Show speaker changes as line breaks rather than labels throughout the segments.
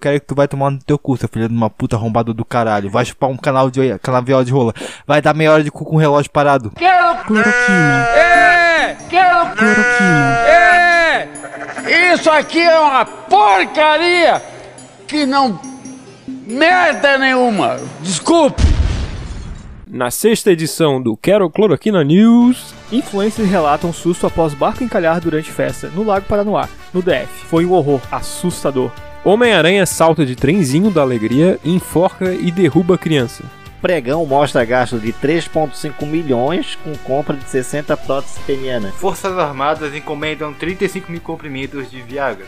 quero que tu vai tomar no teu cu, seu filho de uma puta arrombado do caralho. Vai chupar um canal de canavial de rola. Vai dar meia hora de cu com o relógio parado.
Cloroquina. Cloroquina.
É! Isso aqui é uma porcaria que não. merda nenhuma! Desculpe!
Na sexta edição do Quero Cloroquina News. Influencers relatam susto após barco encalhar durante festa no Lago Paranoá, no DF. Foi um horror assustador. Homem-Aranha salta de trenzinho da alegria, enforca e derruba criança.
Pregão mostra gasto de 3,5 milhões com compra de 60 próteses penianas.
Forças Armadas encomendam 35 mil comprimidos de Viagra.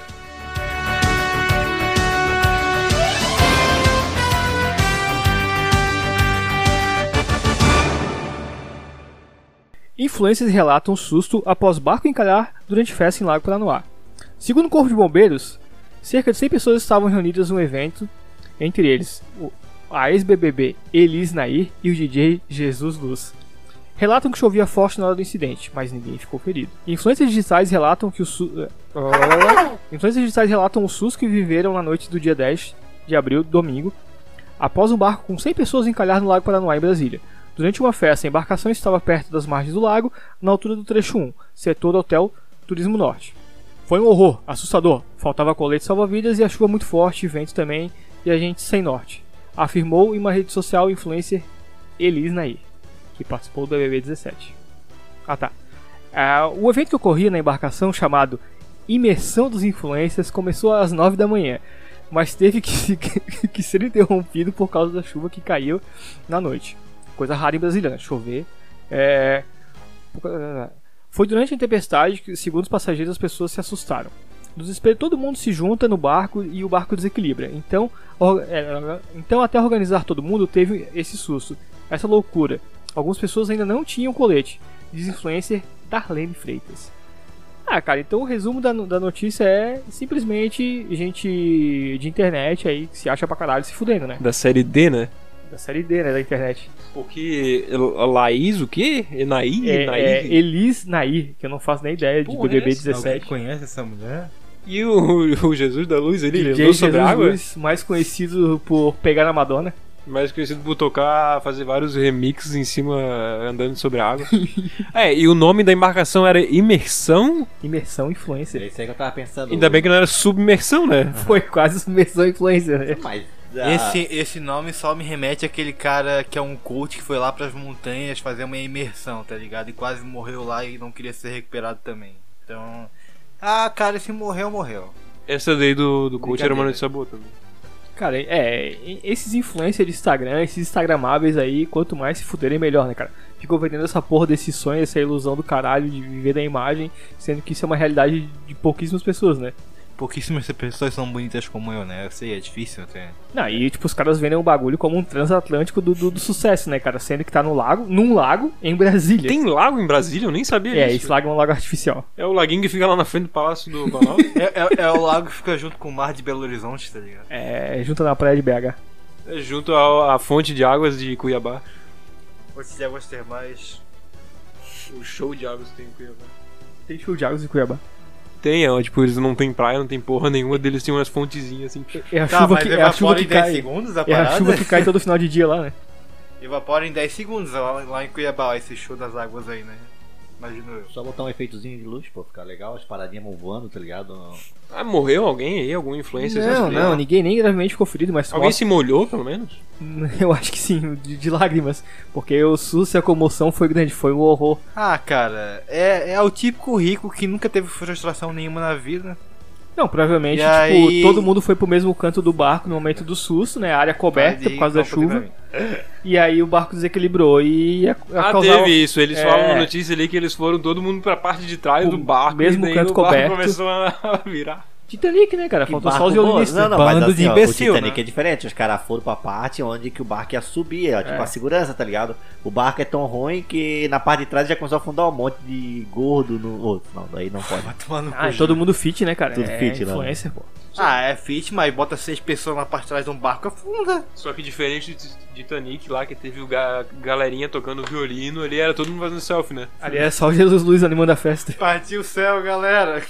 Influencers relatam susto após barco encalhar durante festa em Lago Paranoá. Segundo o Corpo de Bombeiros, cerca de 100 pessoas estavam reunidas no evento, entre eles o- a ex-BBB Elis Nair e o DJ Jesus Luz. Relatam que chovia forte na hora do incidente, mas ninguém ficou ferido. Influências digitais relatam que o su... eh, ah. Influências digitais relatam o susto que viveram na noite do dia 10 de abril, domingo, após um barco com 100 pessoas encalhar no Lago Paranoá, em Brasília. Durante uma festa, a embarcação estava perto das margens do lago, na altura do trecho 1, setor do Hotel Turismo Norte. Foi um horror, assustador. Faltava colete salva-vidas e a chuva muito forte, vento também, e a gente sem norte. Afirmou em uma rede social o influencer Elis Nair, que participou do BBB 17. Ah tá. Ah, o evento que ocorria na embarcação chamado Imersão dos Influencers começou às 9 da manhã, mas teve que, se- que ser interrompido por causa da chuva que caiu na noite. Coisa rara em Brasília, né? Chover. É... Foi durante a tempestade que, segundo os passageiros, as pessoas se assustaram. No desespero, todo mundo se junta no barco e o barco desequilibra. Então, or- é, então até organizar todo mundo, teve esse susto, essa loucura. Algumas pessoas ainda não tinham colete, diz influencer Darlene Freitas. Ah, cara, então o resumo da, no- da notícia é simplesmente gente de internet aí que se acha pra caralho se fudendo, né?
Da série D, né?
Da série D, né? Da internet.
Porque Laís o quê? Enaí?
É,
Enaí?
é Elis Nair, que eu não faço nem ideia de
Porra,
BBB
essa?
Alguém
17.
conhece essa mulher?
E o, o Jesus da Luz, ele
DJ
andou sobre
Jesus
a água?
Luz, mais conhecido por pegar na Madonna.
Mais conhecido por tocar, fazer vários remixes em cima, andando sobre a água. é, e o nome da embarcação era Imersão?
Imersão influencer.
Isso aí que eu tava pensando.
Ainda bem que não era Submersão, né?
Foi quase imersão influencer, né?
Mas, ah,
Esse, esse nome só me remete àquele cara que é um coach que foi lá pras montanhas fazer uma imersão, tá ligado? E quase morreu lá e não queria ser recuperado também. Então. Ah, cara, se morreu, morreu.
Essa daí do, do coach era
Brincadeira.
o Mano de Sabor também.
Cara, é. Esses influencers de Instagram, esses Instagramáveis aí, quanto mais se fuderem, melhor, né, cara? Ficou vendendo essa porra desse sonho, essa ilusão do caralho de viver da imagem, sendo que isso é uma realidade de pouquíssimas pessoas, né?
Pouquíssimas pessoas são bonitas como eu, né? Eu sei, é difícil até.
Não, e tipo, os caras vendem o bagulho como um transatlântico do, do, do sucesso, né, cara? Sendo que tá no lago, num lago, em Brasília.
Tem lago em Brasília? Eu nem sabia
é,
disso.
esse lago é um lago artificial.
É o laguinho que fica lá na frente do Palácio do Planalto.
É, é- é o lago que fica junto com o mar de Belo Horizonte, tá ligado?
É, junto na praia de BH.
É junto à, à fonte de águas de Cuiabá.
Outros águas termais.
O show de águas que tem em Cuiabá.
Tem show de águas em Cuiabá.
Tem, é, tipo, eles não tem praia, não tem porra nenhuma, deles tem umas fontezinhas assim.
É
Tá,
a chuva que, é a chuva
Tá, evapora
que
em 10
cai.
segundos a
É
parada?
a chuva que cai todo final de dia lá, né?
Evapora em 10 segundos lá, lá em Cuiabá, esse show das águas aí, né? Imagino eu.
Só botar um efeitozinho de luz, pô, ficar legal, as paradinhas vão voando, tá ligado?
Ah, morreu alguém aí? Algum influencer?
Não,
Essas
não,
coisas?
ninguém nem gravemente ficou ferido, mas
é? Alguém
nossa,
se molhou, pelo menos?
eu acho que sim, de, de lágrimas. Porque o susto e a comoção foi grande, foi um horror.
Ah, cara, é, é o típico rico que nunca teve frustração nenhuma na vida.
Não, provavelmente,
E
tipo,
aí-
todo mundo foi pro mesmo canto do barco no momento do susto, né? A área coberta por causa da chuva. E aí o barco desequilibrou e ia, ia
Ah,
causar.
teve isso. Eles
É.
falam na notícia ali que eles foram todo mundo pra parte de trás
O
do barco.
mesmo
e daí
canto
o barco
coberto.
começou a virar.
Titanic, né, cara?
Que
Faltou só
barco
os
voando.
violinistas.
Não, não, mas
Bando
assim,
de
ó,
imbecil,
o Titanic
né?
é diferente. Os caras foram pra parte onde que o barco ia subir, ó, tipo a segurança, tá ligado? O barco é tão ruim que na parte de trás já começou a afundar um monte de gordo no. ô, não, daí não pode.
Ah, e todo mundo fit, né, cara?
Tudo
é
fit lá,
influencer, pô.
Ah, é fit, mas bota seis pessoas na parte de trás de um barco afunda.
Só que diferente do Titanic lá, que teve o ga- galerinha tocando violino, ali era todo mundo fazendo selfie, né?
Ali é só o Jesus Luiz animando a festa.
Partiu o céu, galera.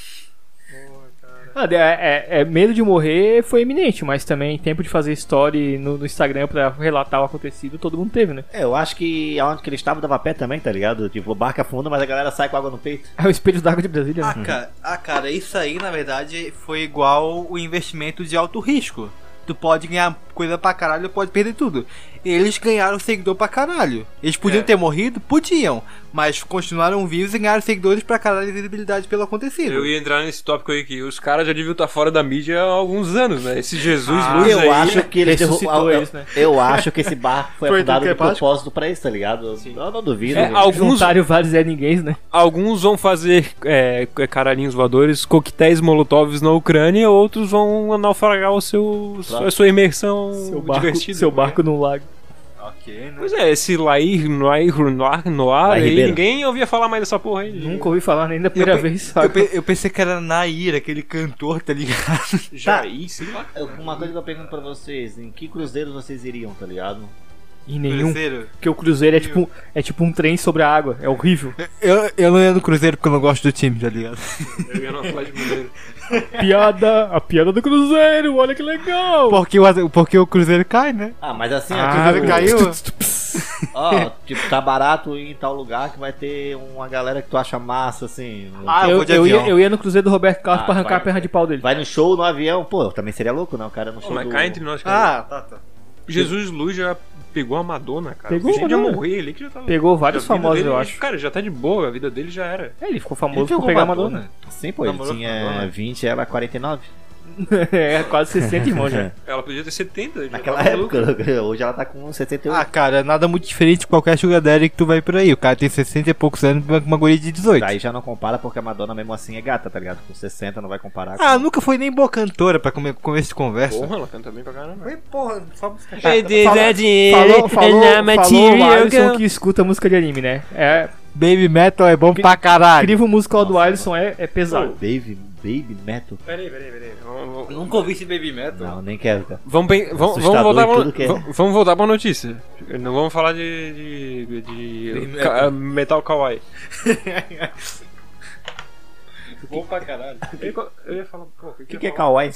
Ah, de- é, é- é medo de morrer foi eminente, mas também tempo de fazer story no, no Instagram pra relatar o acontecido, todo mundo teve, né?
É, eu acho que aonde que ele estava dava pé também, tá ligado? Tipo, o barco afunda, mas a galera sai com água no peito.
É o espelho d'água de Brasília,
Ah
Uhum.
né?
cara, ah, cara, isso aí na verdade foi igual o investimento de alto risco. Tu pode ganhar coisa pra caralho, pode perder tudo. Eles ganharam seguidor pra caralho. Eles podiam
É.
ter morrido? Podiam. Mas continuaram vivos e ganharam seguidores pra caralho e visibilidade pelo acontecido.
Eu ia entrar nesse tópico aí que os caras já deviam estar fora da mídia há alguns anos, né? Esse Jesus
Ah,
Luz
eu
aí.
acho que ele derrubou.
ressuscitou
Eu,
eles, né?
eu acho que esse barco foi,
Foi
afundado de
telepático?
propósito pra isso, tá ligado? Eu não duvido.
É,
velho.
alguns-
Juntaram vários é ninguém, né?
Alguns vão fazer é, caralhinhos voadores, coquetéis molotovs na Ucrânia, outros vão naufragar o seu,
Claro.
a sua imersão
Seu barco,
divertida.
seu
né?
barco no lago.
Ok, né?
Pois é, esse Lair Noir, Noir, Noir
Lair
aí,
Ribeiro.
ninguém ouvia falar mais dessa porra aí.
Nunca ouvi falar nem da primeira
pe-
vez.
É. Eu,
sabe?
pe- eu pensei que era Nair, aquele cantor, tá ligado?
Jair, sei lá.
Eu- Uma coisa que eu pergunto pra vocês, em que cruzeiro vocês iriam, tá ligado?
E
um-
nenhum.
Cruzeiro.
Porque o cruzeiro é tipo, é tipo um trem sobre a água. É horrível.
Eu, eu não ia no Cruzeiro porque eu não gosto do time, tá ligado?
Eu ia no Atlético Mineiro.
Piada, a piada do cruzeiro, olha que legal.
Porque o, porque o Cruzeiro cai, né?
Ah, mas assim,
O
ó,
Cruzeiro
tipo,
caiu.
ó, tipo, tá barato ir em tal lugar que vai ter uma galera que tu acha massa, assim.
Ah, eu,
eu,
vou de
eu ia,
avião.
eu ia no cruzeiro do Roberto Carlos
Ah,
pra arrancar
vai.
a perna de pau dele.
Vai no show, no avião, pô, também seria louco, não, cara, no
Pô,
show
mas
do...
cá entre nós, cara.
Ah, tá, tá.
Jesus Luz já pegou a Madonna, cara.
Pegou
a gente
a
já
Madonna.
morrer ele que já tava...
Pegou
A
vários
vida
famosos,
dele,
eu acho.
Cara, já tá de boa, a vida dele já era.
É, ele ficou famoso
Ele
por
pegou
pegar a
né?
Madonna.
Madonna? Sim, pô, ele
Namorou com
tinha
Madonna?
20 e ela 49.
é, quase 60 irmãos já.
Ela podia ter 70. já
Naquela
tava maluca.
época, hoje ela tá com 78.
Ah, cara, nada muito diferente de qualquer sugar daddy que tu vai por aí. O cara tem 60 e poucos anos e vai com uma guria de 18.
Daí já não compara porque a Madonna mesmo assim é gata, tá ligado? Com 60 não vai comparar.
Ah,
com...
nunca foi nem boa cantora pra comer, começo de conversa.
Porra, ela canta bem pra caramba.
Foi porra, só música
É, Falou, falou,
é
falou o Alisson é que escuta música de anime, né? É,
Baby metal é bom
Que-
pra caralho.
incrível o musical do Alisson é, é pesado.
Baby, baby metal?
Peraí, peraí, peraí. Vamos, vamos-
Nunca ouvi esse baby metal.
Não, nem quero, cara.
vamos, bem- vamos- vamos
Assustador
voltar
e tudo que
pra,
é.
vamos- vamos voltar pra notícia. Não vamos falar de. de. de-
Bem
ca- metal Kawaii.
Bom pra caralho.
Eu ia- Eu ia falar. pô,
O que, que é kawaii?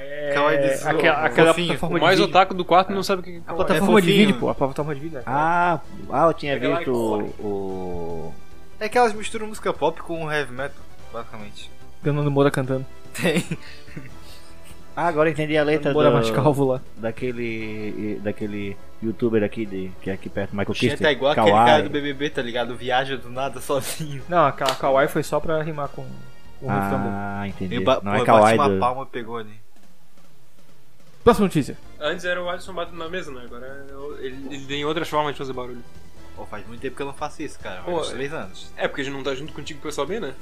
É,
Kawaii desse-
aquela,
fofinho.
aquela
O
plataforma
O
de
mais
vídeo.
otaku do quarto não sabe o que que é
A
Kawaii.
plataforma de
fofinho.
vídeo, pô. A plataforma de vídeo. né?
Ah, ah, eu tinha
Aquela
visto
icônica.
o, o-
É que elas misturam música pop com heavy metal, basicamente.
Fernando Moura cantando.
Ah, agora eu entendi a letra
Fernando Moura mais
do,
calvo lá.
daquele. daquele youtuber aqui de, que é aqui perto, Michael
O Xen
Kister.
tá igual aquele
Kawaii.
cara do BBB, tá ligado? Viaja do nada sozinho.
Não, aquela Kawaii foi só pra rimar com o ah.
Ah, entendi.
Eu então, ba-
não
pô,
é
eu
kawaii
bati
do...
uma palma e pegou ali.
Próxima notícia.
Antes era o Alisson batendo na mesa, né? Agora é- ele, ele tem outras formas de fazer barulho.
Pô, faz muito tempo que eu não faço isso, cara.
Pô,
Faz uns três anos.
É porque a gente não tá junto contigo pra saber, né?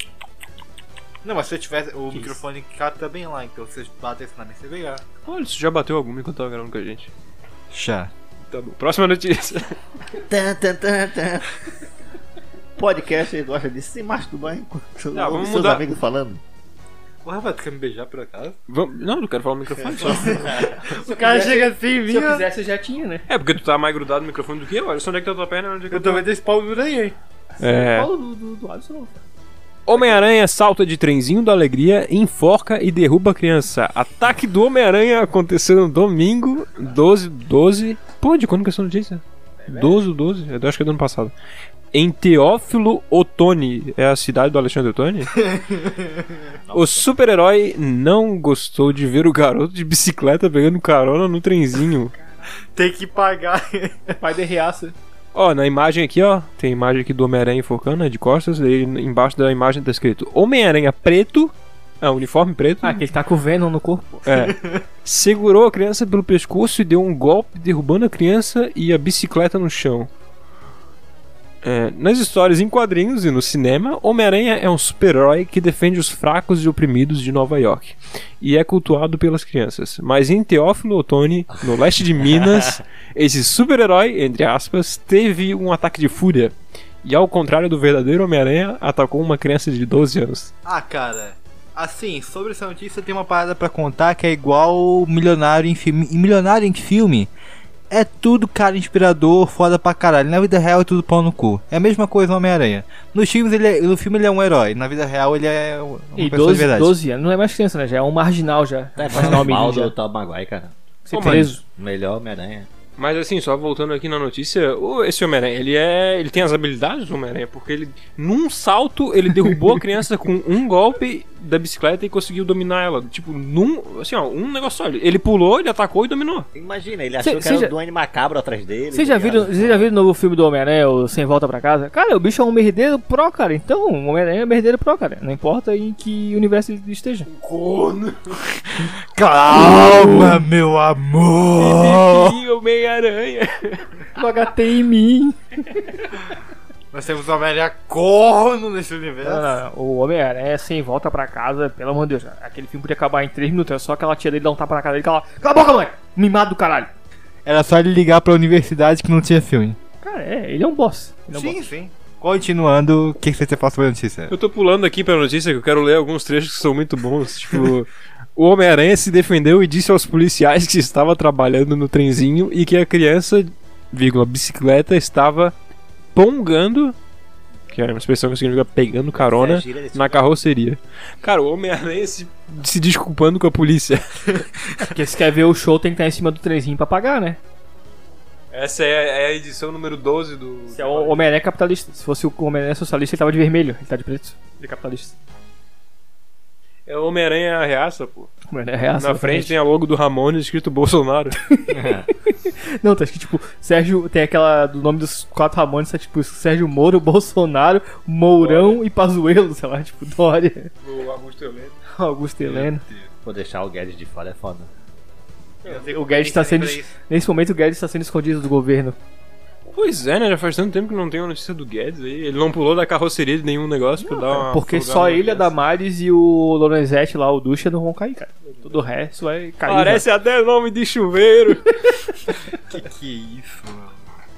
Não, mas se eu tivesse. O microfone capta bem lá, então se eu bater isso na mesa, você pegar.
O Alisson já bateu alguma enquanto tava gravando com a gente.
Chá.
Tá bom. Próxima notícia.
Tan, tan, tan, tan. Podcast ele gosta de se masturbar enquanto
Tá,
ouve
vamos
seus
mudar.
amigos falando.
Ô, Rafa, tu quer me beijar por acaso?
Vamos- Não, não quero falar no microfone. Só.
O cara chega
assim,
Se eu quisesse, eu já tinha, né?
É porque tu tá mais grudado no microfone do que eu, Alisson. Onde é que tá a tua perna? Onde é que
Eu tô vendo esse pau duro aí, hein?
É.
Fala do, do, do Alisson, não.
Homem-Aranha salta de trenzinho da alegria, enforca e derruba a criança. Ataque do Homem-Aranha aconteceu no domingo, 12, 12... Pô, de quando que é essa notícia? 12, 12? Eu acho que é do ano passado. Em Teófilo Otoni, é a cidade do Alexandre Otoni? o super-herói não gostou de ver o garoto de bicicleta pegando carona no trenzinho.
Tem que pagar.
é Pai de reaça.
Ó, na imagem aqui, ó, tem a imagem aqui do Homem-Aranha enforcando, né, de costas, e embaixo da imagem tá escrito Homem-Aranha preto, ah, uniforme preto,
Ah, que ele tá com o Venom no corpo.
é, segurou a criança pelo pescoço e deu um golpe, derrubando a criança e a bicicleta no chão. É, nas histórias em quadrinhos e no cinema, Homem-Aranha é um super-herói que defende os fracos e oprimidos de Nova York e é cultuado pelas crianças. Mas em Teófilo Otoni, no leste de Minas, esse super-herói, entre aspas, teve um ataque de fúria e, ao contrário do verdadeiro Homem-Aranha, atacou uma criança de 12 anos.
Ah, cara. Assim, sobre essa notícia tem uma parada pra contar que é igual milionário em filme. em Milionário em filme. É tudo cara inspirador, foda pra caralho. Na vida real é tudo pau no cu. É a mesma coisa o Homem-Aranha. Nos filmes ele é, no filme ele é um herói, na vida real ele é uma
E
pessoa de
12,
verdade.
12 anos, não é mais criança, né? Já é um marginal já.
É, faz
marginal
mal
menino
do
já.
Tobey Maguire, cara.
Ser
Ô, mano.
preso.
Melhor Homem-Aranha.
Mas assim, só voltando aqui na notícia, o- esse Homem-Aranha, ele é. ele tem as habilidades do Homem-Aranha, porque ele, num salto, ele derrubou a criança com um golpe da bicicleta e conseguiu dominar ela. Tipo, num. Assim, ó, um negócio só. Ele ele pulou, ele atacou e dominou.
Imagina, ele
Cê-
achou que
cê
era
já-
um duende macabro atrás dele.
Vocês
tá
já viram
ligado?
vocês já viram o novo filme do Homem-Aranha, o Sem Volta Pra Casa? Cara, o bicho é um merdeiro pró, cara. Então, o Homem-Aranha é merdeiro pró, cara. Não importa em que universo ele esteja.
Calma, meu amor!
Ih, Homem-Aranha.
Joga tem em mim.
Nós temos o Homem-Aranha corno nesse universo.
Não, não, não. Ah, O Homem-Aranha é Sem Volta Pra Casa, pelo amor de Deus. Aquele filme podia acabar em 3 minutos. É só aquela tia dele dar um tapa na cara dele e cala, cala a boca, moleque! Mimado do caralho.
Era só ele ligar pra universidade que não tinha filme. Tá
Cara, é, ele é um boss. Ele é um boss.
sim, sim.
Continuando, o que, que você fala sobre a notícia?
Eu tô pulando aqui pra notícia que eu quero ler alguns trechos que são muito bons. Tipo, o Homem-Aranha se defendeu e disse aos policiais que estava trabalhando no trenzinho e que a criança, vírgula, bicicleta, estava pongando, que é uma expressão que significa pegando carona,
Gira é desse-
na carroceria. Cara, o Homem-Aranha se, se desculpando com a polícia.
Porque se quer ver o show, tem que estar em cima do trenzinho pra pagar, né?
Essa é, é a edição número 12 do.
Se é o Homem-Aranha capitalista. Se fosse o Homem-Aranha socialista, ele tava de vermelho. Ele tá de preto. Ele é capitalista.
É o Homem-Aranha Reaça, pô.
O Homem-Aranha é reaça.
Na frente tem a logo do Ramones escrito Bolsonaro.
Não, tá escrito tipo, Sérgio. Tem aquela do nome dos quatro Ramones, tá tipo Sérgio Moro, Bolsonaro, Mourão e Pazuello, sei lá, tipo Dória,
o Augusto Helena.
Augusto Helena.
Vou deixar o Guedes de fora, é foda.
O Guedes tá sendo. Nesse momento o Guedes tá sendo escondido do governo.
Pois é, né? Já faz tanto tempo que não tem uma notícia do Guedes aí. Ele não pulou da carroceria de nenhum negócio pra dar uma.
é porque
folgada
só
na
ele, é a
criança.
Damares e o Lorenzetti lá, o Ducha, não vão cair, cara. Todo o resto vai cair.
Parece até nome de chuveiro. é
Que isso, mano.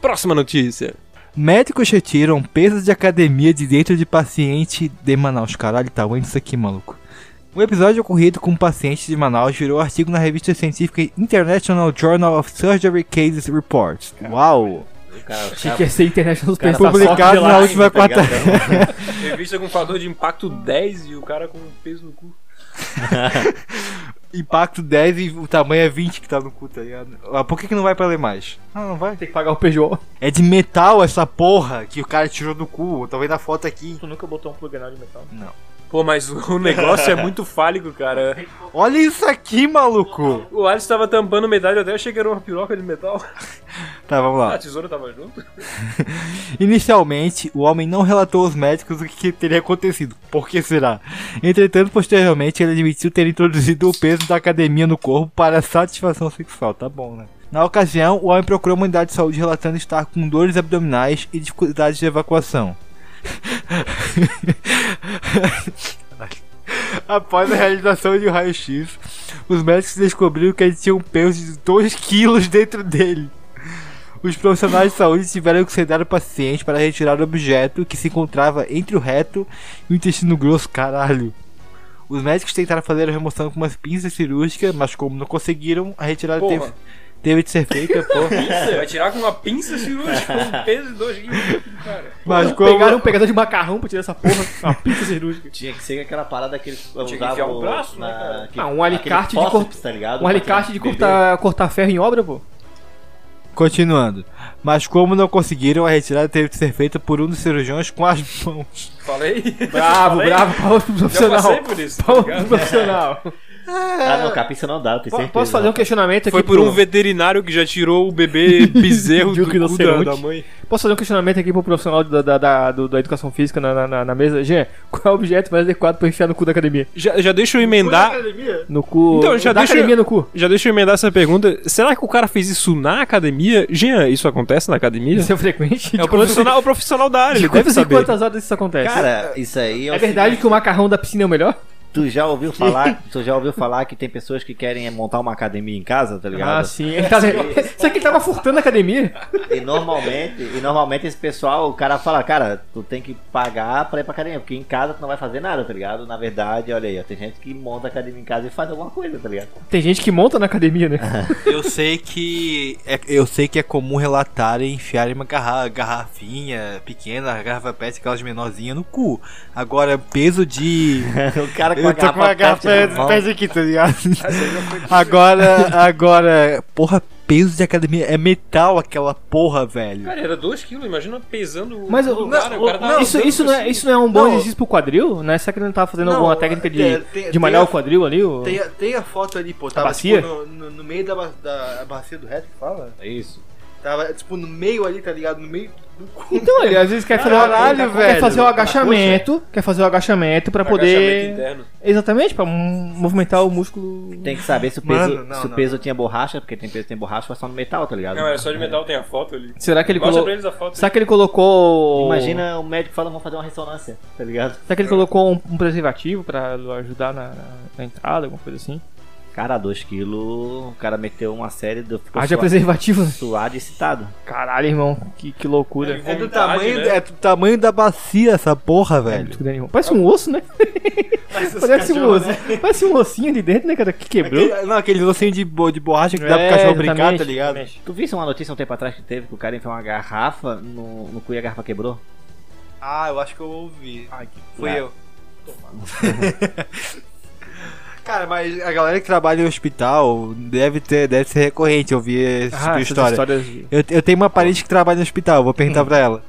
Próxima notícia.
Médicos retiram pesos de academia de dentro de paciente de Manaus. Caralho, tá onde isso aqui, maluco? Um episódio ocorrido com um paciente de Manaus virou artigo na revista científica International Journal of Surgery Cases Reports. Uau!
O cara, o
já.
cara,
Achei que ia ser International
Cara,
Superstar Soccer
publicado
lá.
na última
tá
quarta.
ligado?
Revista com fator de impacto 10 e o cara com um peso no cu.
Impacto 10 e o tamanho é 20 que tá no cu, tá ligado? Ah, Por que, que não vai pra ler mais? Ah, não vai.
Tem que pagar o PJ.
É de metal essa porra que o cara tirou do cu. Tô vendo a foto aqui.
Tu nunca botou um pluginal de metal?
Pô, mas o negócio é muito fálico, cara.
Olha isso aqui, maluco!
O Alisson tava tampando metade, eu até achei que era uma piroca de metal.
Tá, vamos
A
lá.
tesoura tava junto.
Inicialmente, o homem não relatou aos médicos o que teria acontecido. Por que será? Entretanto, posteriormente, ele admitiu ter introduzido o peso da academia no corpo para satisfação sexual. Tá bom, né? Na ocasião, o homem procurou uma unidade de saúde relatando estar com dores abdominais e dificuldades de evacuação. Após a realização de um raio-x, os médicos descobriram que ele tinha um peso de 2 quilos dentro dele. Os profissionais de saúde tiveram que sedar o paciente para retirar o objeto que se encontrava entre o reto e o intestino grosso, caralho. Os médicos tentaram fazer a remoção com umas pinças cirúrgicas, mas como não conseguiram, a retirada
Porra.
teve, teve de ser feita, porra.
Pinça? Vai tirar com uma pinça cirúrgica um peso de 2 quilos, cara.
Mas como...
Pegaram um pegador de macarrão pra tirar essa porra, uma pinça cirúrgica.
Tinha que ser aquela parada que eles
que
usavam.
enfiar um braço, né, cara?
que-
Ah, um alicate de
aquele
cor-
fósseis, tá ligado?
Um alicate de cortar, cortar ferro em obra, pô.
Continuando. Mas como não conseguiram, a retirada teve de ser feita por um dos cirurgiões com as mãos.
Falei?
Bravo,
Falei?
bravo, palmas pro
Já
profissional.
passei por isso, tá
Palmas
ligado?
pro profissional.
Ah, não, capinça não dá, eu tenho
Po-
certeza.
Posso fazer um
rapaz.
questionamento aqui?
Foi por um
pro-
veterinário que já tirou o bebê bezerro
De um
do cu da,
rinoceronte.
da mãe.
Posso fazer um questionamento aqui pro profissional da, da, da, do- da educação física na, na- na, na mesa? Jean, qual é o objeto mais adequado pra enfiar no cu da academia?
Já, já deixa eu emendar.
No cu.
Então, já
da
deixa-
academia no cu.
Já deixa eu emendar essa pergunta. Será que o cara fez isso na academia? Jean, isso acontece na academia?
Isso é frequente.
É o profissional, o profissional da área,
De
ele deve
quantas, de
saber. é
quantas horas isso acontece?
Cara, isso aí
é verdade que o macarrão da piscina é o melhor?
Tu já ouviu falar, tu já ouviu falar que tem pessoas que querem montar uma academia em casa, tá ligado?
Ah, sim. Ele tá... Será que ele tava furtando a academia?
E normalmente, e normalmente esse pessoal, o cara fala, cara, tu tem que pagar pra ir pra academia, porque em casa tu não vai fazer nada, tá ligado? Na verdade, olha aí, ó, tem gente que monta academia em casa e faz alguma coisa, tá ligado?
Tem gente que monta na academia, né?
Eu sei que é, eu sei que é comum relatarem enfiarem uma garra- garrafinha pequena, garrafa pet, aquelas menorzinhas no cu. Agora, peso de
O cara com
Eu
a
tá
tô com uma garrafa
pet na mão.
pede aqui, tá ligado? agora, agora, porra, peso de academia é metal aquela porra, velho.
Cara, era 2kg, imagina pesando o
Mas
cu
o-
do cara, o cara tava
isso,
andando
isso, não é,
assim.
isso não é um bom
Não.
exercício pro quadril? Né? Será que ele não tava fazendo
Não,
alguma técnica de,
é,
tem- tem-
de malhar
tem a-
o quadril ali? ou-
Tem a, tem a foto ali, pô. Tava
bacia?
tipo, no, no- no meio da, ba- da bacia do reto que fala.
É
Isso.
Tava tipo no meio ali, tá ligado? No meio do cu.
Então, ele às vezes quer fazer,
Caralho,
quer fazer o
velho.
agachamento, quer fazer o agachamento pra
Agachamento é.
poder...
interno.
Exatamente, pra hum, movimentar o músculo...
Tem que saber se o peso,
Mano, não,
se o
não,
peso tinha borracha, porque tem peso que tem borracha, mas só no metal, tá ligado?
Não, era só de metal, tem a foto ali.
Será que ele
Mostra
colocou...
pra eles a foto.
Será que ele colocou...
Imagina o médico fala, vamos fazer uma ressonância, tá ligado?
Será que ele colocou um, um preservativo pra ajudar na, na- na entrada, alguma coisa assim?
Cara, 2kg, o cara meteu uma série do. Ficou
Haja
sua-
preservativo. né?
suado e excitado.
Caralho, irmão, que, que loucura.
É,
É do
Vontade,
tamanho,
né?
é do tamanho da bacia essa porra,
É
velho.
muito grande, irmão. Parece um osso, né? Parece um osso. Parece um ossinho ali dentro, né, cara? Que quebrou.
Aquele- não, aquele docinho de, bo- de borracha que dá pro
É,
cachorro brincar,
exatamente,
tá ligado?
exatamente.
Tu viste uma notícia um tempo atrás que teve que o cara enfiou uma garrafa no, no cu e a garrafa quebrou?
Ah, eu acho que eu ouvi. Fui
Ah.
eu. Cara, mas a galera que trabalha em hospital deve ter, deve ser recorrente ouvir essa
Ah, essas
história.
histórias de-
Eu, eu tenho uma parente que trabalha no hospital, vou perguntar pra ela.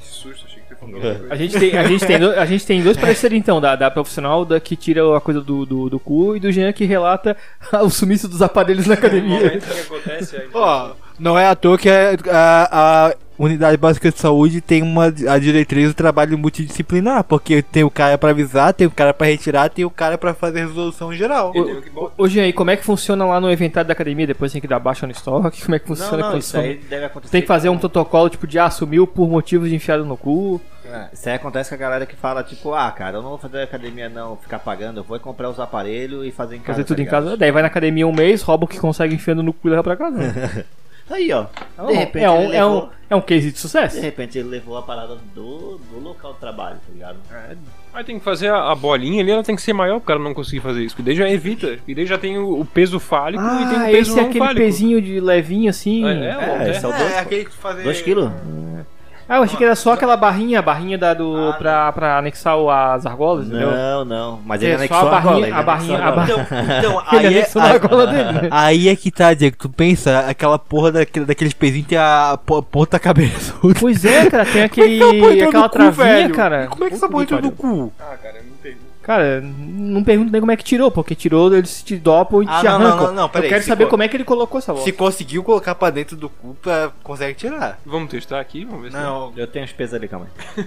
Que susto, achei que tu ia falar outra coisa.
A gente, tem, a, gente tem do- a gente tem dois pareceres, então, da, da profissional da, que tira a coisa do, do, do cu e do Jean que relata o sumiço dos aparelhos na
No
academia.
um momento que acontece, aí...
Ó,
Não é à toa que a, a- a unidade básica de saúde tem uma a diretriz do trabalho multidisciplinar, porque tem o cara pra avisar, tem o cara pra retirar, tem o cara pra fazer resolução geral.
Entendeu? Que bom.
Ô, Jean, e como é que funciona lá no inventário da academia? Depois tem que dar baixa no estoque? Como é que
Não,
funciona a
não, isso
condição?
aí deve acontecer.
Tem que fazer um protocolo, tipo, de ah, sumiu por motivos de enfiado no cu.
É, Isso aí acontece com a galera que fala, tipo, ah, cara, eu não vou fazer academia não, ficar pagando, eu vou é comprar os aparelhos e fazer em casa.
Fazer
tá
tudo em
ligado?
casa. Daí vai na academia um mês, rouba o que consegue enfiando no cu e leva pra casa. né?
Aí, ó.
É um-
de repente
é,
ele
um, é,
levou.
um, é um case de sucesso.
De repente ele levou a parada do, do local de trabalho, tá ligado?
Mas tem que fazer a, a bolinha ali, ela tem que ser maior pro cara não conseguir fazer isso. Porque daí já evita. E daí já tem o, o peso fálico
um
e tem
Ah,
o peso
esse é
não
aquele
fálico.
pezinho de levinho assim.
É, é, ó,
É,
né?
esse é o dois,
aquele que fazer.
2 quilos?
Ah, eu achei que era só aquela barrinha, a barrinha da do,
Ah,
pra, pra anexar o- as argolas, entendeu?
Não, não. Mas
É,
ele
só
anexou
a barrinha-
gola, ele
a
anexou
barrinha- a
gola.
Então,
barrinha-
então
Ele
aí, é,
anexou na argola dele.
aí é que tá, Diego. Tu pensa, aquela porra daquele, daqueles pezinhos tem a po- ponta cabeça.
Pois é, cara, tem aquele.
Como é que ela põe tudo no
aquela
cu,
travinha,
velho?
cara.
como é que essa porra entrou no cu?
Ah, cara, eu não entendi.
Cara, não pergunto nem como é que tirou, porque tirou, eles te dopam e
Ah,
te
não,
arrancam.
não, não, não, peraí,
eu quero
se
saber
co-
como é que ele colocou essa bola.
Se conseguiu colocar pra dentro do cu, pra- consegue tirar.
Vamos testar aqui, vamos ver se.
Não.
Eu tenho os pesos ali, calma aí.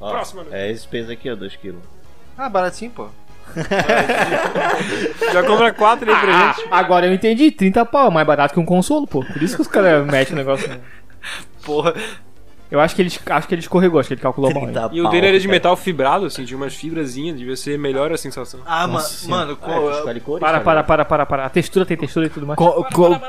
Ó,
Próximo, né?
É esses pesos aqui, ó, 2 quilos.
Ah, baratinho, pô.
Já compra quatro aí
Ah,
Ah.
pra gente.
Agora eu entendi, 30 pau é mais barato que um consolo, pô. Por isso que os caras metem o negócio. né?
Porra.
Eu acho que ele, acho que ele escorregou, acho que ele calculou mal. hein?
E o dele era de metal fibrado, assim, tinha umas fibrazinhas, devia ser melhor a sensação.
Ah, ma-
Nossa senhora.
mano, co-
Para, para, para, para, para. A textura tem textura e tudo mais.
co- co-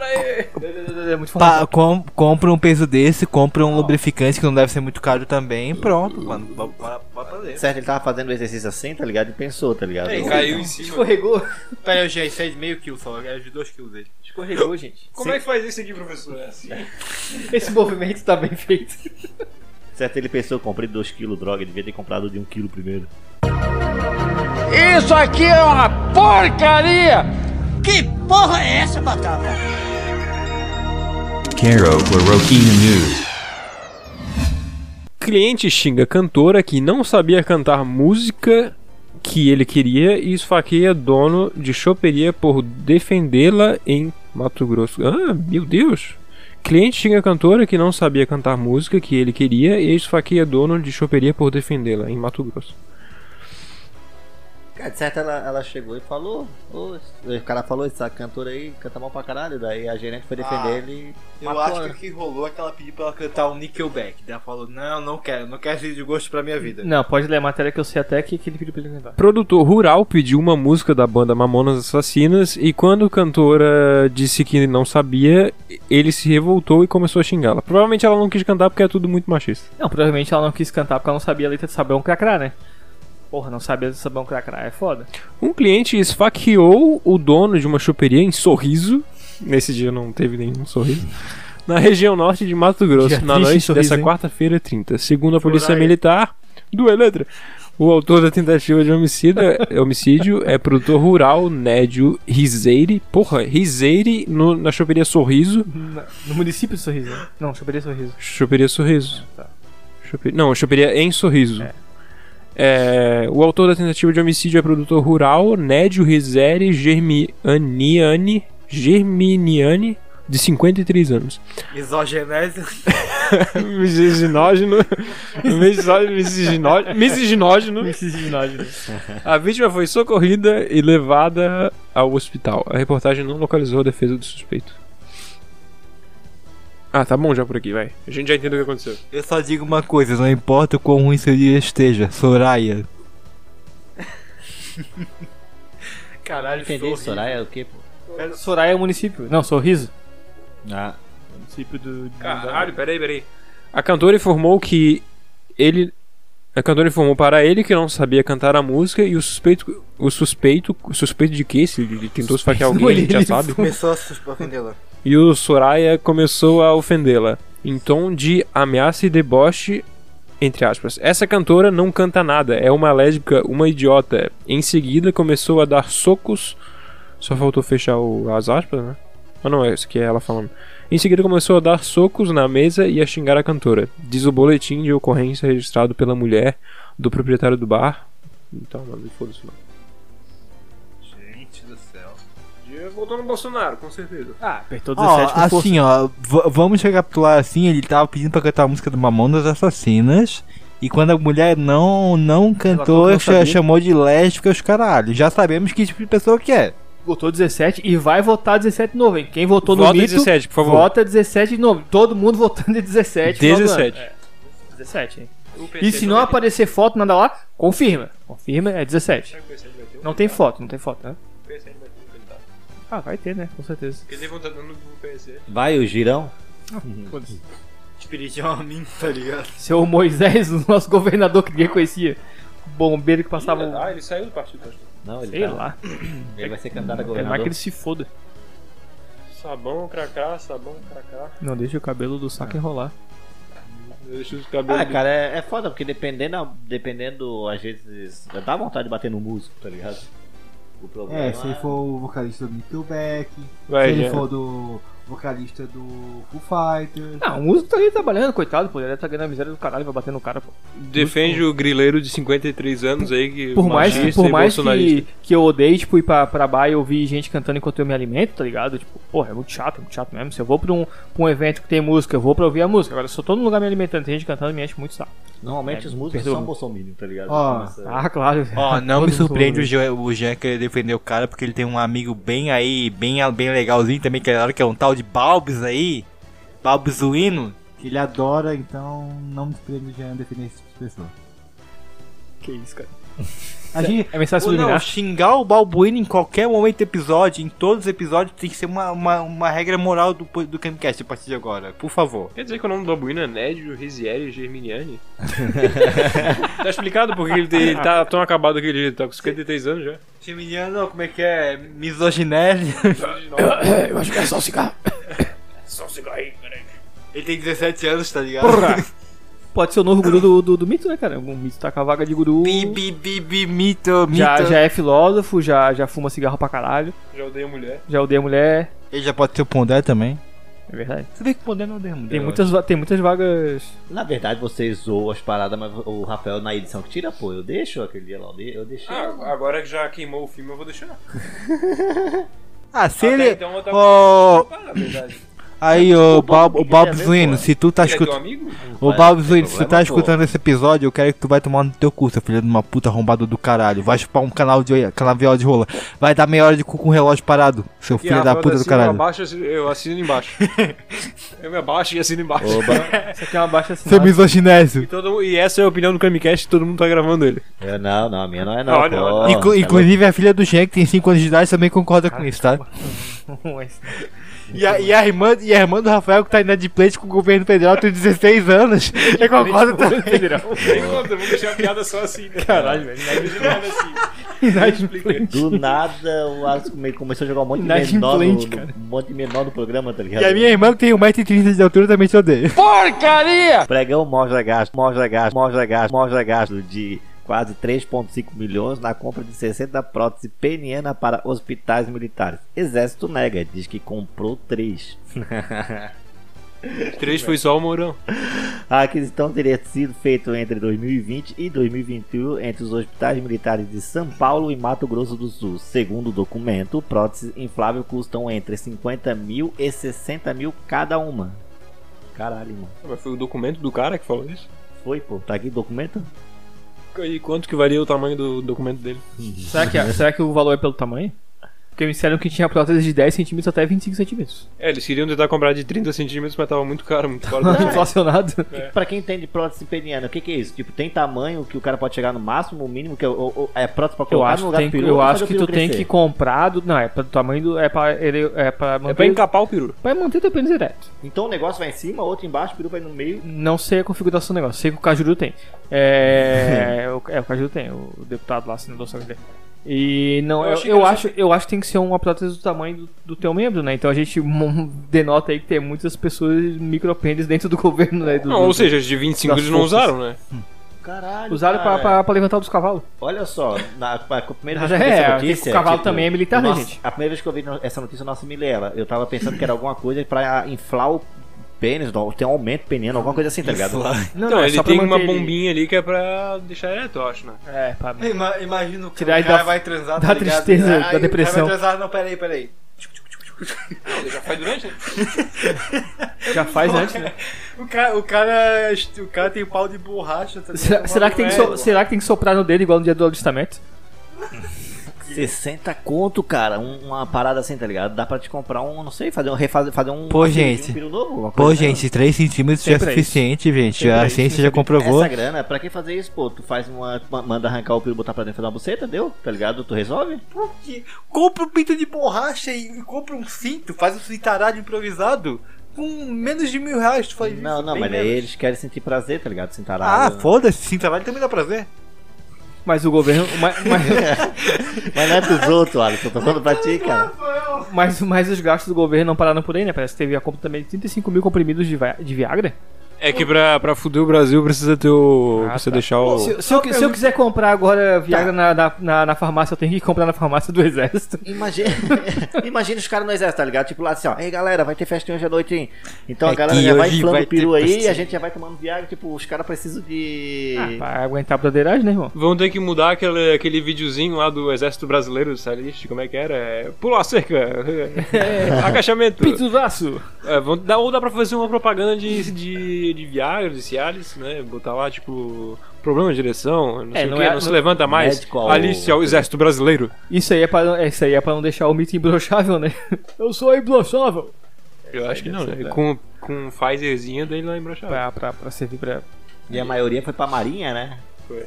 É muito
Pa
forte.
com- compra um peso desse, compra um lubrificante que não deve ser muito caro também, pronto, mano. Bora- Bora bora pra dentro.
Certo, ele tava fazendo o exercício assim, tá ligado? E pensou, tá ligado?
Aí É, caiu em cima.
Escorregou.
Pera aí, Gê, isso é de meio quilo só, é de 2 quilos dele.
Escorregou, gente.
Como é que faz isso aqui, professor? É assim?
Esse movimento tá bem feito.
Certo, ele pensou, comprei 2kg droga, devia ter comprado de 1kg primeiro.
Isso aqui é uma porcaria!
Caro Guarokina News.
Cliente xinga cantora que não sabia cantar música que ele queria e esfaqueia dono de choperia por defendê-la em Mato Grosso. Ah, meu Deus! Cliente xinga cantora que não sabia cantar música que ele queria e esfaqueia dono de choperia por defendê-la em Mato Grosso.
Cara, de certo ela, ela chegou e falou. "Ô, esse-" o cara falou, essa cantora aí canta mal pra caralho. Daí a gerente foi defender
Ah,
ele. e
Eu
matou
acho
ela.
que o que rolou é que ela pediu pra ela cantar o Nickelback. Daí ela falou, não, não quero, não quero esse de gosto pra minha vida.
Não, pode ler a matéria que eu sei até que, que ele pediu pra ele cantar.
Produtor rural pediu uma música da banda Mamonas Assassinas e quando a cantora disse que não sabia, ele se revoltou e começou a xingá-la. Provavelmente ela não quis cantar porque é tudo muito machista.
Não, provavelmente ela não quis cantar porque ela não sabia a letra de Sabão Cracrá, né? Porra, não sabia de Sabão Cracrá, é foda.
Um cliente esfaqueou o dono de uma choperia em Sorriso. Nesse dia não teve nenhum sorriso. Na região norte de Mato Grosso,
Dia
na
triste em
noite
Sorriso,
dessa
hein?
quarta-feira 30. Segundo a Polícia
Por aí.
Militar, do Eletra, o autor da tentativa de homicídio, homicídio é produtor rural Nédio Rizeire. Porra, Rizeire no- na choperia Sorriso.
Na- No município de Sorriso. né? Não, choperia Sorriso.
Choperia Sorriso.
tá.
Chope- Não, choperia em Sorriso. É, o autor da tentativa de homicídio é produtor rural Nédio Rizeri Germiniani, Germiniani, de 53 anos.
Misogenese.
Misógino. misó- misoginó- Misoginógino. A vítima foi socorrida e levada ao hospital. A reportagem não localizou a defesa do suspeito. Ah, tá bom já por aqui, vai. A gente já entendeu o que aconteceu.
Eu só digo uma coisa, não importa o quão ruim seu dia esteja, Soraya.
Caralho,
Entendi,
sorriso.
Soraya é o quê, pô?
Soraya é o município. Não, Sorriso.
Ah,
Município do. de-
né?
Caralho, peraí, peraí. A cantora informou que ele. A cantora informou para ele que não sabia cantar a música e o suspeito. O suspeito. O suspeito de que? Se ele tentou esfaquear alguém, a gente já sabe.
Começou a suspender vendê-la.
E o Soraya começou a ofendê-la, em tom de ameaça e deboche, entre aspas. Essa cantora não canta nada, é uma lésbica, uma idiota. Em seguida começou a dar socos. Só faltou fechar o- as aspas, né? Ah não, é isso que é ela falando. Em seguida começou a dar socos na mesa e a xingar a cantora. Diz o boletim de ocorrência registrado pela mulher do proprietário do bar. Então, mano, foda-se não.
Gente do céu.
Voltou no Bolsonaro, com certeza.
Ah, apertou
Ó,
17 com força.
assim, ó, v- vamos recapitular assim, ele tava pedindo pra cantar a música do Mamonas Assassinas. E quando a mulher não, não
falou
cantou,
que não
cha-
sabia.
chamou de lésbica os caralho. Já sabemos que tipo de pessoa que é.
Votou 17 e vai votar 17 de novo, hein? Quem votou no
Vota
mito,
17, por favor.
vota 17 de novo. Todo mundo votando em 17. final do ano.
17.
É, 17, hein? E se não aparecer foto, nada lá, confirma. Confirma, é 17. Não tem foto, não tem foto, né?
tá.
Ah, vai ter, né? Com certeza. Ah,
vai o girão?
Espírito de homem, tá ligado?
Seu Moisés, o nosso governador que ninguém conhecia. Bombeiro que passava. um-
Ah, ele saiu do partido,
Não, ele,
Sei
tá,
lá.
ele vai ser candidato a
É mais
governador.
que ele se foda.
Sabão, cracá, sabão, cracá.
Não, deixa o cabelo do saco enrolar.
Deixa os cabelos.
Ah, cara, é, é foda, porque dependendo, a- dependendo, às vezes, dá vontade de bater no músico, tá ligado? O problema
É, for o vocalista do Nickelback,
Vai, já.
do vocalista do Foo Fighters.
Ah, o músico tá ali trabalhando, coitado, pô. Ele tá ganhando a miséria do caralho, vai bater no cara, pô.
Defende o grileiro de 53 anos aí que
Tipo,
Por mais,
machista
que, por
e
mais que,
bolsonarista.
que eu odeie, tipo, ir pra, pra bar e ouvir gente cantando enquanto eu me alimento, tá ligado? Tipo, porra, é muito chato, é muito chato mesmo. Se eu vou pra um, pra um evento que tem música, eu vou pra ouvir a música. Agora, se eu tô num lugar me alimentando, tem gente cantando, me enche muito saco.
Normalmente
É,
os músicos
perdoa.
são bolsominion, tá ligado?
Ó,
Essa-
Ah, claro.
Ó, não me
Todo mundo
surpreende o
ouve.
Jean, o Jean querer defender o cara, porque ele tem um amigo bem aí, bem, bem legalzinho também, que é que é um tal de Balbis aí, Balbizuíno. Que ele adora, então não me surpreende o Jean defender esse tipo de pessoa.
Que isso, cara.
A gente,
É mensagem
ou não,
subliminar.
xingar o Balbuíno em qualquer momento do episódio, em todos os episódios, tem que ser uma, uma, uma regra moral do, do Camcast a partir de agora, por favor.
Quer dizer que o nome do Abuino é Nédio Rizieri Germiniani? tá explicado porque ele, ele tá tão acabado que ele tá com 53 anos já.
Geminiano, não, como é que é? Misoginelli.
Eu acho que é só cigarro.
Ele tem 17 anos, tá ligado?
Porra! Pode ser o novo guru do, do, do mito, né, cara? O mito tá com a vaga de guru.
Bi, bi, bi, bi, mito, mito.
Já, já é filósofo, já, já fuma cigarro pra caralho,
Já odeia mulher.
já odeia mulher.
Ele já pode ser o Pondé também.
É verdade.
Você vê que o Pondé não derruba.
Tem muitas, va- tem muitas vagas.
Na verdade, você zoa as paradas, mas o Rafael na edição que tira, pô, eu deixo aquele dia lá, eu de- eu deixei.
Ah.
Ah, agora que já queimou o filme eu vou deixar.
Ah, se ele.
então eu
Ô,
Tá,
Aí, ô Bob, o Bob
quer ver,
Zuino,
porra?
se tu
é
é
tá escutando. Ô,
Vai,
Bob
não tem
Zuino, se tu tá
problema, pô.
escutando esse episódio, eu quero que tu vai tomar no teu cu, seu filho de uma puta arrombado do caralho. Vai chupar um canal de canavial de rola. Vai dar meia hora de cu com o relógio parado, seu filho da puta do caralho.
eu assino embaixo. eu me abaixo e assino embaixo.
Isso aqui é uma baixa
Seu
assinada.
misoginésio.
E, todo mu- e essa é a opinião do Camicast, todo mundo tá gravando ele.
Eu não, não, a minha não é não.
Olha,
pô.
olha.
Tá
Inclu- inclusive a filha do Jean, que tem 5 anos de idade, também concorda com isso, tá? E a, e a irmã, e a irmã do Rafael, que tá inadimplente com o governo federal, tem 16 anos, e concorda também.
vamos deixar a piada só assim, né? Caralho, velho.
é Do nada o Alex come- começou a jogar um monte de menor no,
Inadimplente,
no,
cara.
um monte de menor no programa, tá ligado?
E a minha irmã, que tem 1,30m de altura, também te odeia.
Porcaria!
Pregão mostra gasto, mostra gasto, mostra gasto, mostra gasto de quase 3,5 milhões na compra de 60 prótese peniana para hospitais militares. Exército nega, diz que comprou 3.
Três foi só o Mourão.
A aquisição teria sido feita entre 2020 e 2021 entre os hospitais militares de São Paulo e Mato Grosso do Sul. Segundo o documento, próteses infláveis custam entre 50 mil e 60 mil cada uma. Caralho, mano.
Mas foi o documento do cara que falou isso?
Foi, pô. Tá aqui o documento?
E quanto que varia o tamanho do documento dele?
Será que, é- será que o valor é pelo tamanho? Porque me disseram que tinha prótese de 10 centímetros até 25 centímetros.
É, eles queriam tentar comprar de 30 centímetros, mas tava muito caro, muito caro.
Inflacionado.
Pra quem entende prótese peniana, o que, que é isso? Tipo, tem tamanho que o cara pode chegar no máximo, o mínimo, que é, ou- ou- é prótese pra
Eu
colocar no
acho, que
lugar
tem-
do peru?
eu
ou fazer
acho
o
que
peru
tu tem que
crescer?
comprar do. Não, é pra, do tamanho do. É pra ele. É pra manter.
É pra encapar o peru.
pra manter teu pênis ereto.
Então o negócio vai em cima, outro embaixo, o peru vai no meio.
Não sei a configuração do negócio, sei que o Cajuru tem. É. o, é, o Cajuru tem, o deputado lá, senador Santos dele. E não,
Eu
eu,
achei
eu
engraçado.
acho, eu acho que tem que ser uma prótese do tamanho do, do teu membro, né? Então a gente mon- denota aí que tem muitas pessoas micropênis dentro do governo, né? Do,
Não,
do-
ou seja, de 25
das
eles não
forças.
usaram, né?
Caralho.
usaram pra,
cara.
pra, pra levantar dos cavalos.
Olha só, na, a primeira
Mas
vez que eu vi
é,
essa
tem-
notícia.
o cavalo também é militar, né,
nossa,
gente?
A primeira vez que eu vi no- essa notícia, nossa, me lela. Eu tava pensando que era alguma coisa pra inflar o pênis, não, tem um aumento peniano, alguma coisa assim, tá ligado?
Não,
Então,
é
ele
só pra
tem uma
manter ele-
bombinha ali que é pra deixar ereto, eu acho, né?
É, pra...
Ima- imagina o
Tirar
cara,
ele
o cara
da-
vai transar,
da
tá ligado?
tristeza, da
o cara
depressão.
vai transar, não, peraí, peraí.
Já faz durante, né?
já faz antes, né?
O cara, o cara, é o cara tem pau de borracha. Tá
Será, será que tem que so- será que tem que soprar no dedo igual no dia do alistamento?
60 conto, cara, um- uma parada assim, tá ligado? Dá pra te comprar um, não sei, fazer um refazer, fazer um
Pô,
um-
gente.
um peru novo, uma
Pô,
coisa né? tipo,
gente, 3 centímetros já é
Sempre é
suficiente, gente.
Sempre é
A
isso,
ciência
sempre
já
é
comprovou.
Essa grana, pra que fazer isso, pô? Tu faz uma. ma- Manda arrancar o peru, botar pra dentro fazer uma buceta, deu? Tá ligado? Tu resolve?
Que... Compra um pinto de borracha e e compra um cinto, faz um cintaralho improvisado com menos de mil reais. Tu faz
Não,
isso,
não,
bem
mas aí
menos.
eles querem sentir prazer, tá ligado? Sentarado.
Ah, foda-se, cintaralho também dá prazer.
Mas o governo. Mas, mas,
Mas não é pros outros, Alex, eu tô falando pra ti, cara.
mas, mas os gastos do governo não pararam por aí, né? Parece que teve a compra também de 35 mil comprimidos de, Vi- de Viagra.
É que pra, pra fuder o Brasil precisa ter o.
Ah,
precisa
tá.
deixar o.
Se, se eu, se eu quiser comprar agora Viagra na, na, na- na farmácia, eu tenho que comprar na farmácia do Exército.
Imagina, imagina os caras no exército, tá ligado? Tipo lá assim, ó, ei galera, vai ter festa hoje à noite, hein? Então a
É
galera
que
já vai
hoje
inflando
vai
o peru
ter
aí e a
festa.
gente já vai tomando viagem, tipo, os caras precisam de.
Ah,
Ah,
Pra aguentar a broderagem, né, irmão?
Vão ter que mudar aquele, aquele videozinho lá do Exército Brasileiro, sabe? Como é que era? É, Pula a cerca! é, Agachamento!
Pizzuzaço!
É, vão, dá, ou dá pra fazer uma propaganda de, de, de Viagra, de Cialis, né? Botar lá, tipo, problema de direção, não sei
É,
o
não
quê,
é-
não,
não-
se levanta mais.
Médico ao-
Alice ao Exército Brasileiro.
Isso aí, é pra, isso aí é pra não deixar o mito imbrochável, né? Eu sou imbrochável!
Eu acho que não, né? Com, com Pfizerzinha, daí lá em Brochado.
Pra, pra, pra servir pra.
E a maioria foi pra marinha, né?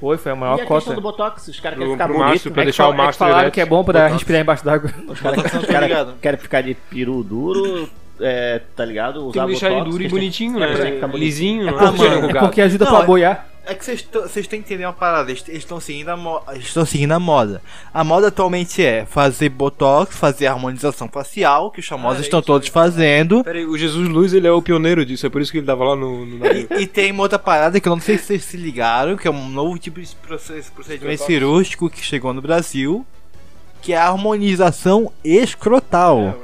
Foi, foi a
E
maior
a
cota.
questão do Botox, os caras querem
É Pro-
ficar
pro macho,
bonitos.
pra
É que
deixar Tá
fal-
o
é que
macho
falaram
ereto.
que é bom pra respirar embaixo d'água.
Os caras os caras querem ficar de peru duro, é, tá ligado?
Tem
Usar
que deixar ele
botox,
duro e
questão-
bonitinho,
é, tem que
né?
ficar bonitinho.
Lisinho, não
porque-
mano,
é
com
É
gato.
porque ajuda
Não,
pra
é-
boiar.
É que vocês tão- vocês têm que entender uma parada, eles estão seguindo a mo- eles estão seguindo a moda. A moda atualmente é fazer botox, fazer harmonização facial, que os famosos estão todos fazendo.
Pera aí, o Jesus Luz, ele é o pioneiro disso, é por isso que ele tava lá no... no navio.
E tem uma outra parada que eu não sei se vocês se ligaram, que é um novo tipo de processo- procedimento cirúrgico que chegou no Brasil, que é a harmonização escrotal.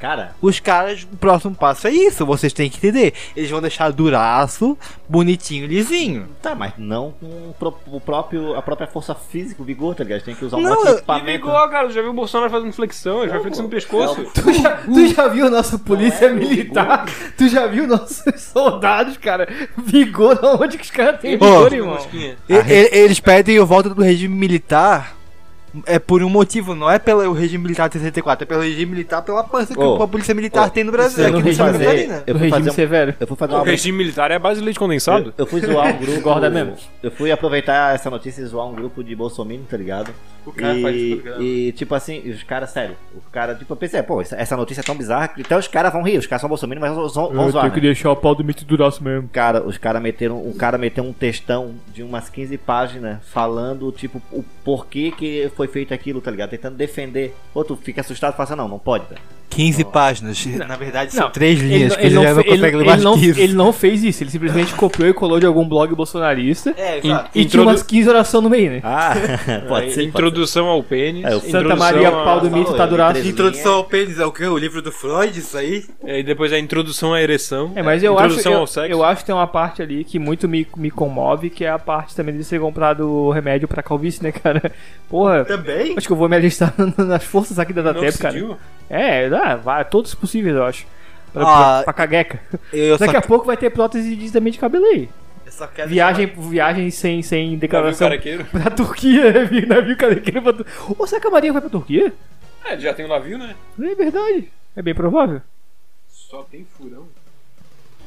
Cara,
Os caras, o próximo passo é isso, vocês têm que entender. Eles vão deixar duraço, bonitinho, lisinho.
tá, mas não com o pró- o próprio, a própria força física, o vigor, tá ligado? Tem que usar um
Não,
monte de
E
equipamento.
vigor, cara, já viu o Bolsonaro fazendo flexão, ele vai flexão no pescoço.
Tu já, tu já viu o nosso polícia
é, meu
militar? Tu já viu nossos soldados, cara? Vigor, onde que os caras têm
Tem
vigor,
vigor,
irmão?
mosquinha.
E- e- eles pedem a volta do regime militar é por um motivo, não é pelo regime militar de 64, é pelo regime militar, pela pança que
Ô,
a polícia militar
ô,
tem no Brasil.
Eu
aqui
fui
em Santa
fazer,
Catarina.
eu
Do
fui
regime
fazer, um-
severo.
eu fui fazer
O
uma
regime militar é a base de leite condensado.
Eu, eu fui zoar um grupo.
Gorda mesmo.
Eu fui aproveitar essa notícia e zoar um grupo de Bolsonaro, tá ligado?
O cara
e,
faz isso programa.
e tipo assim, os caras, sério, os caras, tipo, eu pensei, pô, essa, essa notícia é tão bizarra que até os caras vão rir, os caras são Bolsonaro, mas vão, vão- vão zoar. né?
deixar o pau do mito duraço mesmo.
Cara, os caras meteram. Um cara meteu um textão de umas 15 páginas falando, tipo, o porquê que foi feito aquilo, tá ligado? Tentando defender. Ou tu fica assustado e fala assim, não, não pode, tá?
15 páginas. Na verdade, são
Não,
três linhas que eles
ele, não,
já não
fe- ele-
conseguem
ele
mais
não-
que isso.
ele não fez isso, ele simplesmente copiou e colou de algum blog bolsonarista
É,
Em-
exato.
e tinha
introdu-
umas 15 orações no meio, né?
Ah, pode ser. pode
Introdução ao pênis.
É, o
introdução
Santa Maria,
a-
pau do mito, tá
falou,
duraço.
ele
Introdução ao pênis é o quê? O livro do Freud, isso aí?
É, e depois a introdução à ereção.
É, mas eu acho,
introdução
eu,
ao sexo.
eu acho que tem uma parte ali que muito me, me comove, que é a parte também de ser comprado remédio pra calvície, né, cara? Porra,
Também?
acho que eu vou me alistar na- nas forças aqui da
Não
Datep, cara.
decidiu?
É, dá, vai, todos possíveis, eu acho. Pra,
Ah,
pra, pra cagueca.
Eu só
Daqui a pouco vai ter prótese de também de cabelo aí.
Eu só quero
Viagem, viagem sem, sem
Navio
declaração
carequeiro.
pra Turquia, né? navio carequeiro pra Turquia. Ou será que a Marinha vai pra Turquia?
É, ele já tem um navio, né?
É verdade, é bem provável.
Só tem furão.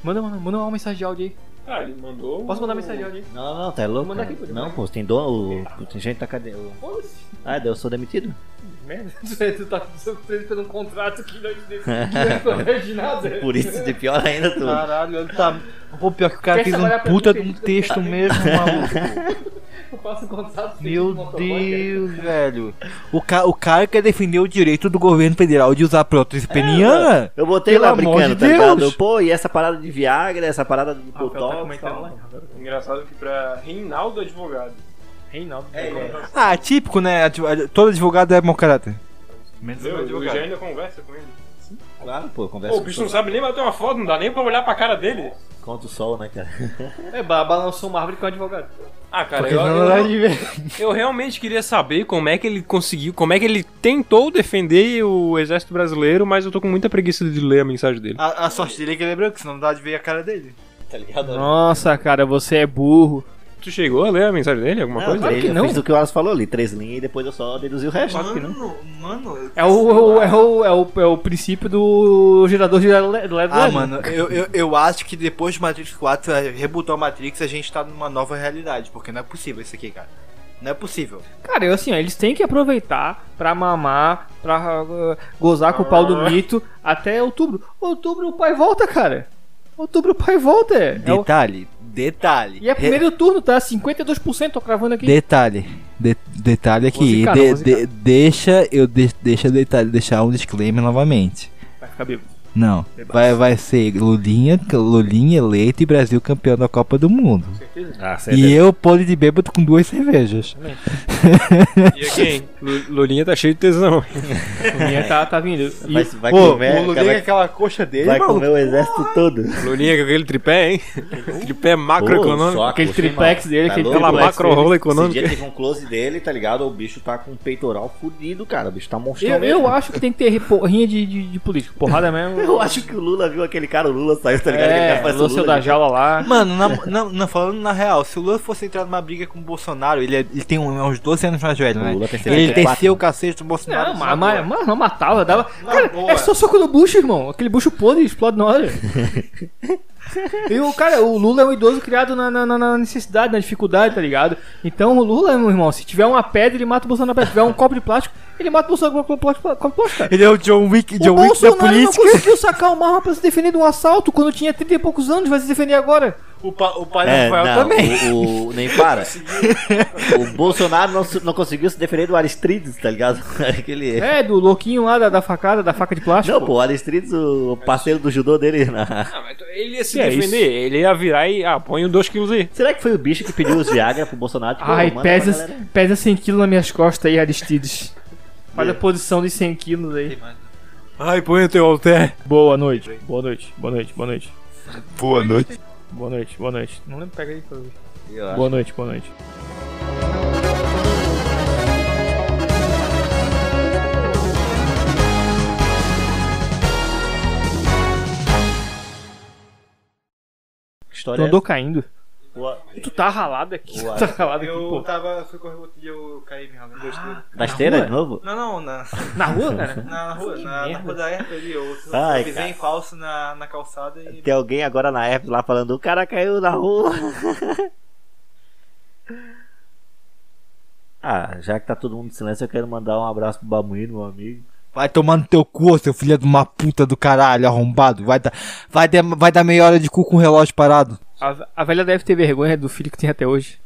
Manda, manda, manda uma mensagem de áudio aí.
Ah, ele mandou.
Posso mandar mensagem de áudio aí?
Não, não, tá louco.
mandar aqui,
cara.
pode
não,
mandar.
pô, tem dono. o- Tem gente da cadeia. o-
Foda-se.
Ah, eu sou demitido?
Merda, tu tá surpreso pelo um contrato que não que não protege nada.
Por isso, de pior ainda, tu.
Caralho, ele tá. Pô, pior que o cara
Quer
fez
trabalhar
um
pra
puta de
mim,
um
filho?
texto mesmo, maluco.
Eu faço um contrato sem
Meu
motoboy,
Deus, velho. O, ca o cara quer defender o direito do governo federal de usar prótese
É,
peniana?
Eu botei
Pelo
lá
amor
brincando,
de
tá
Deus.
ligado? Pô, e essa parada de Viagra, essa parada do
cara. Rafael tá
Botox.
comentando
tal.
lá.
Engraçado que pra Reinaldo Advogado.
Reinaldo.
É,
É,
Ah, típico, né? Advo- ad- Todo advogado é mau caráter. Menos
Eu, eu já ainda conversa com ele.
Claro, pô, conversa
Pô, o
com
bicho não sabe nem bater uma foto, não dá nem pra olhar pra cara dele.
contra o sol, né, cara?
É, ba- balançou uma árvore com um advogado.
Ah,
é
cara,
Porque
eu,
na
eu-
verdade, velho.
eu realmente queria saber como é que ele conseguiu, como é que ele tentou defender o exército brasileiro, mas eu tô com muita preguiça de ler a mensagem dele.
A, a sorte dele é que ele é branco, senão não dá de ver a cara dele.
Tá ligado?
Nossa, cara, você é burro.
Tu chegou a ler a mensagem dele? Alguma
Não,
coisa?
claro
eu
que não.
fiz o que o Alas falou ali, três linhas e depois eu só deduzi o resto.
Mano, mano. eu-
É o, é o, é o, é o princípio do gerador de LED. LED,
Ah,
né?
mano, eu, eu, eu acho que depois de Matrix 4, eh, rebutou a Matrix, a gente tá numa nova realidade, porque não é possível isso aqui, cara. Não é possível.
Cara, eu assim, ó, eles têm que aproveitar pra mamar, pra uh, gozar com o pau do mito até outubro. Outubro o pai volta, cara. Outubro o pai volta. É, É o-
Detalhe, detalhe.
E é primeiro turno, tá? 52% tô cravando aqui.
Detalhe. de- detalhe aqui.
Musicaram,
de-
musicaram.
de- deixa eu de- deixa eu detalhe, deixar um disclaimer novamente.
Vai ficar bêbado.
Não. Vai, vai ser Lulinha, Lulinha eleito e Brasil campeão da Copa do Mundo.
Ah,
E eu pole de bêbado com duas cervejas.
E aí, quem? Lu- Lulinha tá cheio de tesão.
A minha tá, tá vindo. E
Vai, vai
Pô,
comer,
o
cara, vai,
aquela coxa dele,
vai comer o exército todo.
Lulinha com aquele tripé, hein? tripé
Pô, só
macroeconômico.
a
aquele
coxa,
triplex dele,
Tá
aquele
louco,
Aquela
Alex,
triplex
macro
dele.
rola
Esse
econômica.
dia teve um close dele, tá ligado? O bicho tá com um peitoral fudido, cara. O bicho tá monstrão
Eu,
mesmo.
eu acho que tem que ter porrinha de, de, de político. Porrada mesmo.
Eu acho que o Lula viu aquele cara, o Lula saiu, tá ligado? Aquele cara
É,
faz o
lançou
Lula,
da jaula lá.
Mano, na, na- na- falando na real, se o Lula fosse entrar numa briga com o Bolsonaro, ele, é- ele tem um- uns 12 anos mais velho, né?
O Lula
tá
tem
ele
74,
desceu o
né?
cacete do Bolsonaro.
Não,
só
mas, mas, mas não matava, dava. Cara,
boa.
é só soco no bucho, irmão. Aquele bucho podre explode na hora. e o cara, o Lula é um idoso criado na, na- na- na necessidade, na dificuldade, tá ligado? Então o Lula, meu irmão, se tiver uma pedra, ele mata o Bolsonaro na pedra. Se tiver um copo de plástico, ele mata o Bolsonaro com o plástico- com o plástico. cara.
Ele é o John Wick,
O
John Wick da
Bolsonaro não
política.
conseguiu sacar uma arma pra se defender de um assalto quando tinha 30 e poucos anos, vai se defender agora.
O, pa, o
Ah,
pai
É,
do Rafael
não,
também.
o, o- nem para. o Bolsonaro não, su- não conseguiu se defender do Aristides, tá ligado? Aquele...
É, do louquinho lá da, da facada, da faca de plástico.
Não, pô, o Aristides, o parceiro do judô dele. né? na-
Ah, mas Ele ia se
Que é
defender, ele ia virar e. Ah, põe os dois quilos aí.
Será que foi o bicho que pediu os Viagra pro Bolsonaro? Tipo,
Ai,
manda pra
pesa,
galera.
pesa 100kg nas minhas costas aí, Aristides. Faz a posição de 100kg aí.
Ai, põe o teu alter.
Boa noite. Boa noite. Boa noite. Boa noite.
Boa noite.
Boa noite. Boa noite. Não lembro, pega aí. pra eu-
Eu acho.
Boa noite. Boa noite.
Que
Tu
história é
andou caindo.
essa? Boa-
Tu tá ralado aqui.
Uai.
Tu tá ralado aqui,
Eu
pô.
tava, fui correr outro dia, eu caí me ralando, gostei.
Ah,
Da tá esteira
rua?
de novo?
Não, não, na,
Na rua, cara?
na rua,
Que
na, na
merda.
rua da Herta ali, eu, eu
Ai,
pisei
cara.
em falso na, na calçada e...
Tem alguém agora na app lá falando, o cara caiu na rua. ah, já que tá todo mundo em silêncio, eu quero mandar um abraço pro Bamuíno, meu amigo.
Vai tomar no teu cu, seu filho de uma puta do caralho, arrombado. Vai dar, vai dar, vai dar meia hora de cu com o relógio parado.
A, a velha deve ter vergonha do filho que tem até hoje.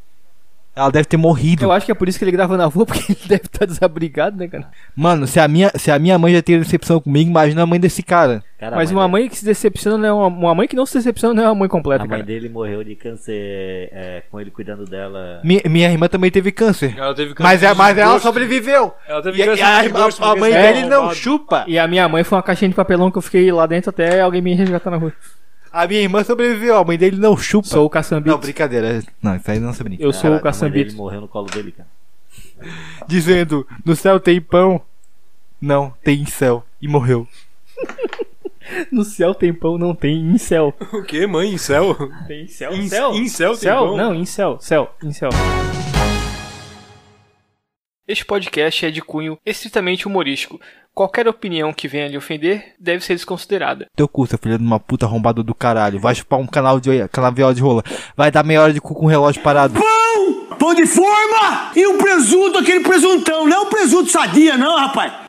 Ela deve ter morrido.
Eu acho que é por isso que ele grava na rua, porque ele deve estar desabrigado, né, cara?
Mano, se a, minha, se a minha mãe já teve decepção comigo, imagina a mãe desse cara.
Cara, a
Mas
mãe
uma
dele-
mãe que se decepciona não é uma, uma mãe que não se decepciona não é uma mãe completa,
a mãe
cara.
dele morreu de câncer é, com ele cuidando dela.
Mi- minha irmã também teve câncer.
Ela teve
Mas, é, mas ela sobreviveu.
Ela teve
E, e a, a- a mãe
é
dele não chupa.
E a minha mãe foi uma caixinha de papelão que eu fiquei lá dentro até alguém me resgatar na rua.
A minha irmã sobreviveu, a mãe dele não chupa.
Sou o caçambito.
Não, brincadeira. Não, isso aí não se brinca.
eu sou
Caralho,
o
A mãe dele
caçambito.
morreu no colo dele, cara.
Dizendo, no céu tem pão. Não, tem céu. E morreu.
No céu tem pão, não tem incel.
O que, mãe? Em céu?
Tem céu?
Em-
céu?
em céu tem pão?
Não, incel. Céu. Incel. Este podcast é de cunho estritamente humorístico. Qualquer opinião que venha lhe ofender deve ser desconsiderada.
Teu cu, seu filho de uma puta arrombado do caralho. Vai chupar um canal de canavial de rola. Vai dar meia hora de cu com o relógio parado.
Pão de forma e um presunto, aquele presuntão. Não é um presunto sadia, não, rapaz.